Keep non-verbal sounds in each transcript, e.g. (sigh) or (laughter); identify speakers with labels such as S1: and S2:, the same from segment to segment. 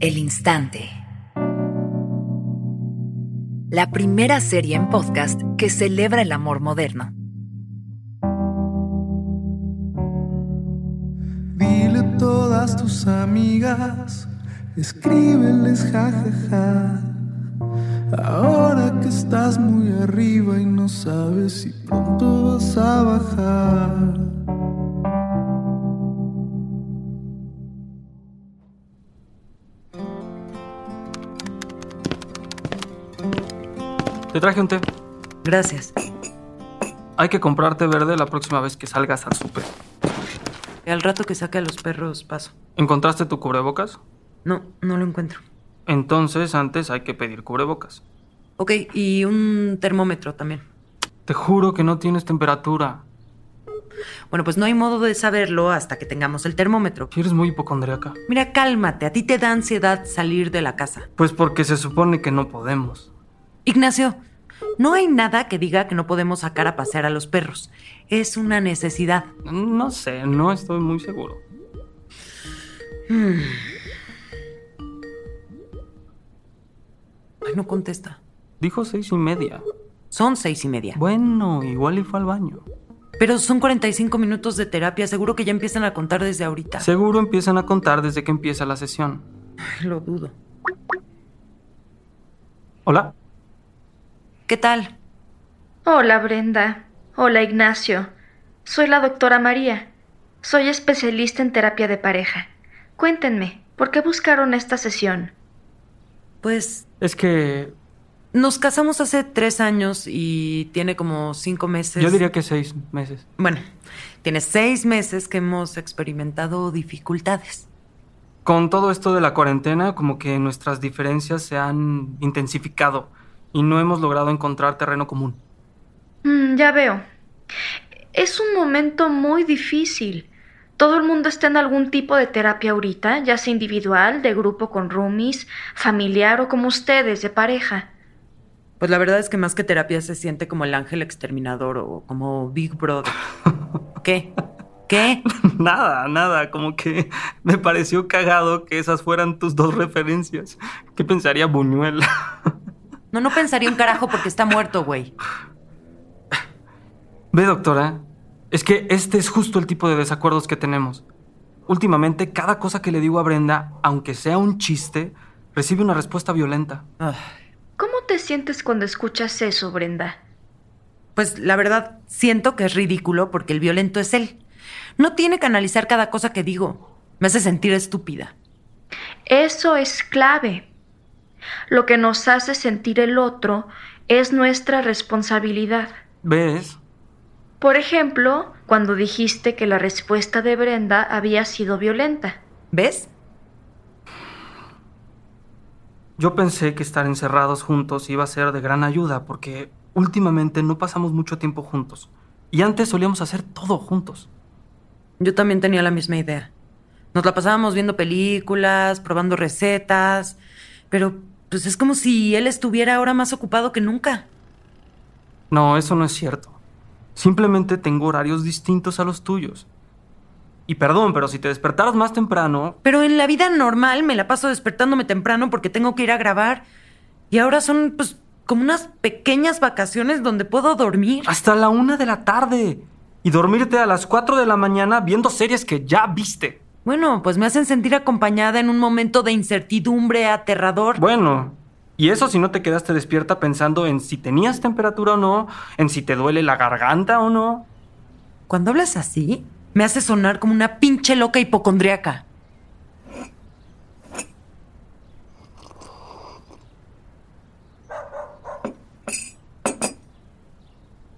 S1: El Instante. La primera serie en podcast que celebra el amor moderno.
S2: Dile a todas tus amigas, escríbeles jajaja. Ahora que estás muy arriba y no sabes si pronto vas a bajar.
S3: Te traje un té.
S1: Gracias.
S3: Hay que comprarte verde la próxima vez que salgas al súper.
S4: Al rato que saque a los perros paso.
S3: ¿Encontraste tu cubrebocas?
S4: No, no lo encuentro.
S3: Entonces antes hay que pedir cubrebocas.
S4: Ok, y un termómetro también.
S3: Te juro que no tienes temperatura.
S4: Bueno, pues no hay modo de saberlo hasta que tengamos el termómetro.
S3: Si eres muy hipocondriaca.
S4: Mira, cálmate, a ti te da ansiedad salir de la casa.
S3: Pues porque se supone que no podemos.
S4: Ignacio, no hay nada que diga que no podemos sacar a pasear a los perros. Es una necesidad.
S3: No sé, no estoy muy seguro.
S4: Ay, no contesta.
S3: Dijo seis y media.
S4: Son seis y media.
S3: Bueno, igual y fue al baño.
S4: Pero son 45 minutos de terapia. Seguro que ya empiezan a contar desde ahorita.
S3: Seguro empiezan a contar desde que empieza la sesión.
S4: Ay, lo dudo.
S3: Hola.
S4: ¿Qué tal?
S5: Hola Brenda. Hola Ignacio. Soy la doctora María. Soy especialista en terapia de pareja. Cuéntenme, ¿por qué buscaron esta sesión?
S4: Pues
S3: Es que
S4: nos casamos hace tres años y tiene como cinco meses.
S3: yo diría que seis meses.
S4: Bueno, tiene seis meses que hemos experimentado dificultades.
S3: Con todo esto de la cuarentena, como que nuestras diferencias se han intensificado y no hemos logrado encontrar terreno común. (laughs)
S5: Mm, ya veo. Es un momento muy difícil. Todo el mundo está en algún tipo de terapia ahorita, ya sea individual, de grupo con roomies, familiar o como ustedes, de pareja.
S4: Pues la verdad es que más que terapia se siente como el ángel exterminador o como Big
S3: (laughs)
S4: Brother. ¿Qué? ¿Qué?
S3: Nada, nada, como que (laughs) me pareció cagado que esas fueran tus dos referencias. ¿Qué pensaría Buñuel? (laughs)
S4: No, no pensaría un carajo porque está muerto, güey.
S3: Ve, doctora, es que este es justo el tipo de desacuerdos que tenemos. Últimamente, cada cosa que le digo a Brenda, aunque sea un chiste, recibe una respuesta violenta.
S4: Ah,
S5: ¿Cómo te sientes cuando escuchas eso, Brenda?
S4: Pues la verdad siento que es ridículo porque el violento es él. No tiene que analizar cada cosa que digo. Me hace sentir estúpida.
S5: Eso es clave. Lo que nos hace sentir el otro es nuestra responsabilidad.
S3: ¿Ves?
S5: Por ejemplo, cuando dijiste que la respuesta de Brenda había sido violenta.
S4: ¿Ves?
S3: Yo pensé que estar encerrados juntos iba a ser de gran ayuda porque últimamente no pasamos mucho tiempo juntos. Y antes solíamos hacer todo juntos.
S4: Yo también tenía la misma idea. Nos la pasábamos viendo películas, probando recetas, pero pues es como si él estuviera ahora más ocupado que nunca.
S3: No, eso no es cierto. Simplemente tengo horarios distintos a los tuyos. Y perdón, pero si te despertaras más temprano,
S4: Pero en la vida normal me la paso despertándome temprano porque tengo que ir a grabar y ahora son pues como unas pequeñas vacaciones donde puedo dormir.
S3: hasta la una de la tarde. Y dormirte a las cuatro de la mañana viendo series que ya viste.
S4: Bueno, pues me hacen sentir acompañada en un momento de incertidumbre aterrador.
S3: Bueno, y eso si no te quedaste despierta pensando en si tenías temperatura o no, en si te duele la garganta o no.
S4: Cuando hablas así, me hace sonar como una pinche loca hipocondriaca.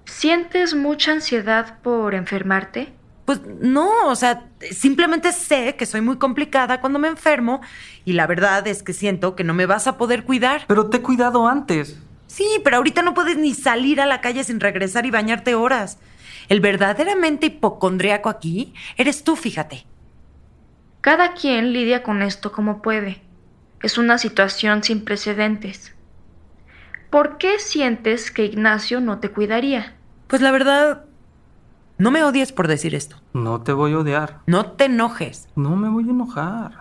S5: ¿Sientes mucha ansiedad por enfermarte?
S4: Pues no, o sea, simplemente sé que soy muy complicada cuando me enfermo y la verdad es que siento que no me vas a poder cuidar.
S3: Pero te he cuidado antes.
S4: Sí, pero ahorita no puedes ni salir a la calle sin regresar y bañarte horas. El verdaderamente hipocondriaco aquí eres tú, fíjate.
S5: Cada quien lidia con esto como puede. Es una situación sin precedentes. ¿Por qué sientes que Ignacio no te cuidaría?
S4: Pues la verdad, no me odies por decir esto.
S3: No te voy a odiar.
S4: No te enojes.
S3: No me voy a enojar.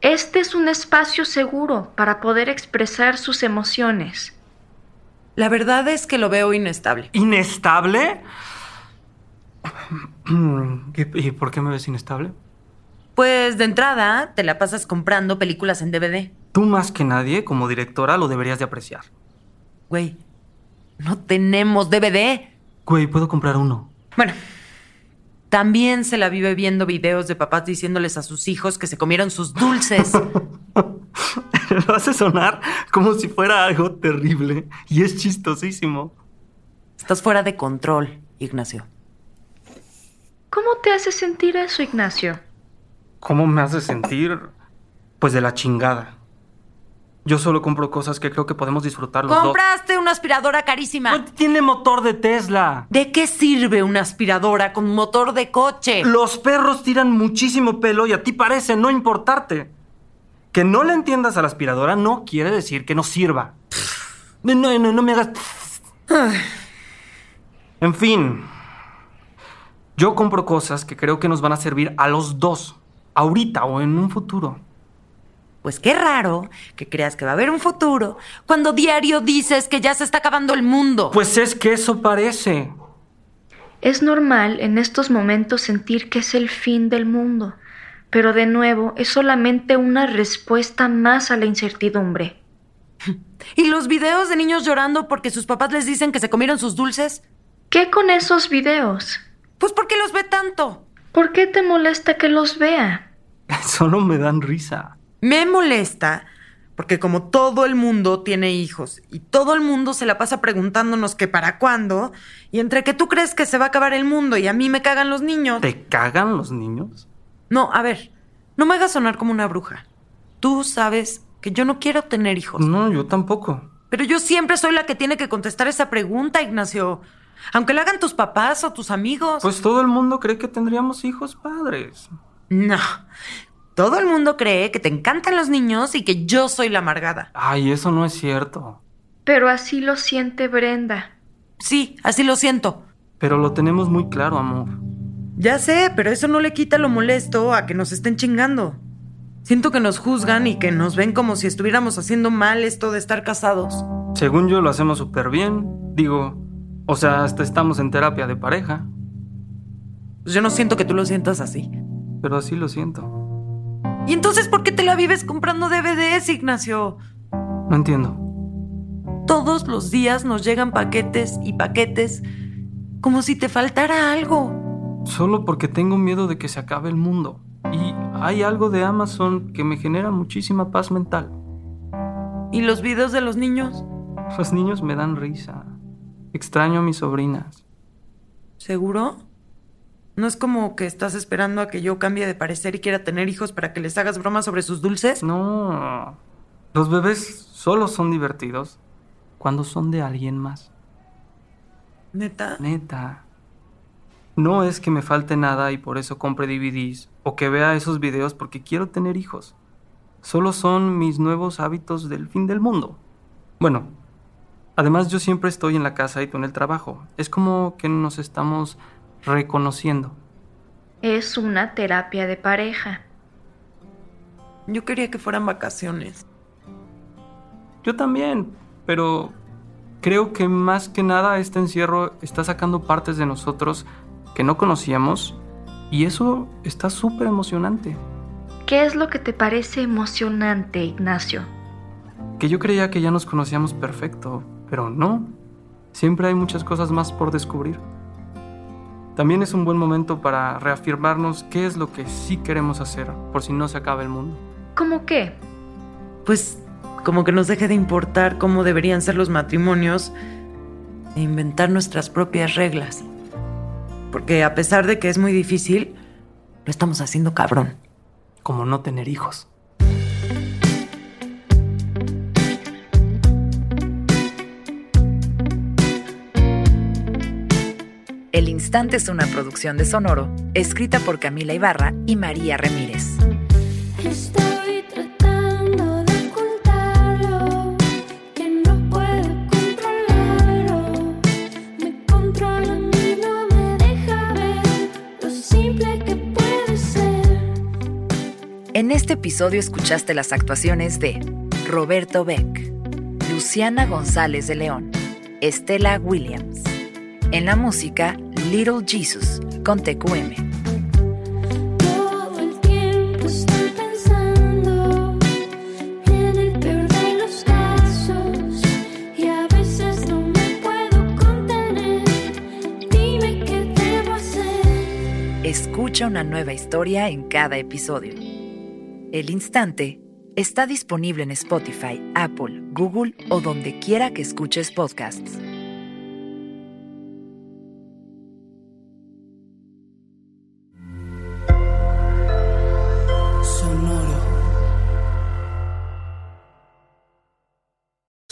S5: Este es un espacio seguro para poder expresar sus emociones.
S4: La verdad es que lo veo inestable.
S3: ¿Inestable? (clears throat) ¿Y, y por qué me ves inestable?
S4: Pues de entrada te la pasas comprando películas en DVD.
S3: Tú más que nadie, como directora, lo deberías de apreciar.
S4: Güey, no tenemos DVD.
S3: Güey, puedo comprar uno. (laughs)
S4: Bueno, también se la vive viendo videos de papás diciéndoles a sus hijos que se comieron sus
S3: (laughs)
S4: dulces.
S3: lo hace sonar como si fuera algo terrible y es chistosísimo.
S4: Estás fuera de control, Ignacio.
S5: ¿Cómo te hace sentir eso, Ignacio?
S3: ¿Cómo me hace sentir? Pues de la chingada. Yo solo compro cosas que creo que podemos disfrutar los dos.
S4: Compraste una aspiradora carísima.
S3: No tiene motor de Tesla.
S4: ¿De qué sirve una aspiradora con motor de coche?
S3: Los perros tiran muchísimo pelo y a ti parece no importarte. Que no le entiendas a la aspiradora no quiere decir que no sirva. No, no, no me hagas. En fin. Yo compro cosas que creo que nos van a servir a los dos, ahorita o en un futuro.
S4: Pues qué raro que creas que va a haber un futuro cuando diario dices que ya se está acabando el mundo.
S3: Pues es que eso parece. (laughs)
S5: Es normal en estos momentos sentir que es el fin del mundo, pero de nuevo es solamente una respuesta más a la incertidumbre.
S4: ¿Y los videos de niños llorando porque sus papás les dicen que se comieron sus dulces?
S5: ¿Qué con esos videos?
S4: Pues ¿por qué los ve tanto?
S5: ¿Por qué te molesta que los vea?
S3: Solo me dan risa.
S4: Me molesta porque como todo el mundo tiene hijos y todo el mundo se la pasa preguntándonos que para cuándo, y entre que tú crees que se va a acabar el mundo y a mí me cagan los niños.
S3: ¿Te cagan los niños?
S4: No, a ver, no me hagas sonar como una bruja. Tú sabes que yo no quiero tener hijos.
S3: No, yo tampoco.
S4: Pero yo siempre soy la que tiene que contestar esa pregunta, Ignacio. Aunque la hagan tus papás o tus amigos.
S3: Pues todo el mundo cree que tendríamos hijos padres.
S4: No. Todo el mundo cree que te encantan los niños y que yo soy la amargada.
S3: Ay, eso no es cierto.
S5: Pero así lo siente Brenda.
S4: Sí, así lo siento.
S3: Pero lo tenemos muy claro, amor.
S4: Ya sé, pero eso no le quita lo molesto a que nos estén chingando. Siento que nos juzgan y que nos ven como si estuviéramos haciendo mal esto de estar casados.
S3: Según yo lo hacemos súper bien. Digo, o sea, hasta estamos en terapia de pareja.
S4: Pues yo no siento que tú lo sientas así.
S3: Pero así lo siento.
S4: ¿Y entonces por qué te la vives comprando DVDs, Ignacio?
S3: No entiendo.
S4: Todos los días nos llegan paquetes y paquetes como si te faltara algo.
S3: Solo porque tengo miedo de que se acabe el mundo. Y hay algo de Amazon que me genera muchísima paz mental.
S4: ¿Y los videos de los niños?
S3: Los niños me dan risa. Extraño a mis sobrinas.
S4: ¿Seguro? ¿No es como que estás esperando a que yo cambie de parecer y quiera tener hijos para que les hagas bromas sobre sus dulces?
S3: No. Los bebés solo son divertidos cuando son de alguien más.
S4: ¿Neta?
S3: Neta. No es que me falte nada y por eso compre DVDs o que vea esos videos porque quiero tener hijos. Solo son mis nuevos hábitos del fin del mundo. Bueno, además yo siempre estoy en la casa y tú en el trabajo. Es como que nos estamos reconociendo.
S5: Es una terapia de pareja.
S4: Yo quería que fueran vacaciones.
S3: Yo también, pero creo que más que nada este encierro está sacando partes de nosotros que no conocíamos y eso está súper emocionante.
S5: ¿Qué es lo que te parece emocionante, Ignacio?
S3: Que yo creía que ya nos conocíamos perfecto, pero no. Siempre hay muchas cosas más por descubrir. También es un buen momento para reafirmarnos qué es lo que sí queremos hacer por si no se acaba el mundo.
S5: ¿Cómo qué?
S4: Pues como que nos deje de importar cómo deberían ser los matrimonios e inventar nuestras propias reglas. Porque a pesar de que es muy difícil, lo estamos haciendo cabrón.
S3: Como no tener hijos.
S1: El Instante es una producción de Sonoro, escrita por Camila Ibarra y María Ramírez.
S6: Estoy tratando de ocultarlo, que no puedo controlarlo. Me controla a mí, no me deja ver lo simple que puede ser.
S1: En este episodio escuchaste las actuaciones de Roberto Beck, Luciana González de León, Estela Williams. En la música, Little Jesus con TQM.
S6: Todo el tiempo estoy pensando en el peor de los casos y a veces no me puedo contener. Dime qué debo hacer.
S1: Escucha una nueva historia en cada episodio. El Instante está disponible en Spotify, Apple, Google o donde quiera que escuches podcasts.